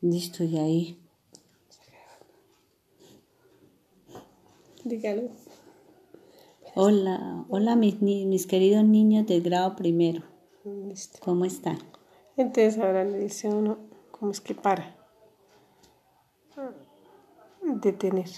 Listo, y ahí. Dígalo. Hola, hola mis, ni- mis queridos niños del grado primero. Listo. ¿Cómo están? Entonces ahora le dice a uno cómo es que para. Detener.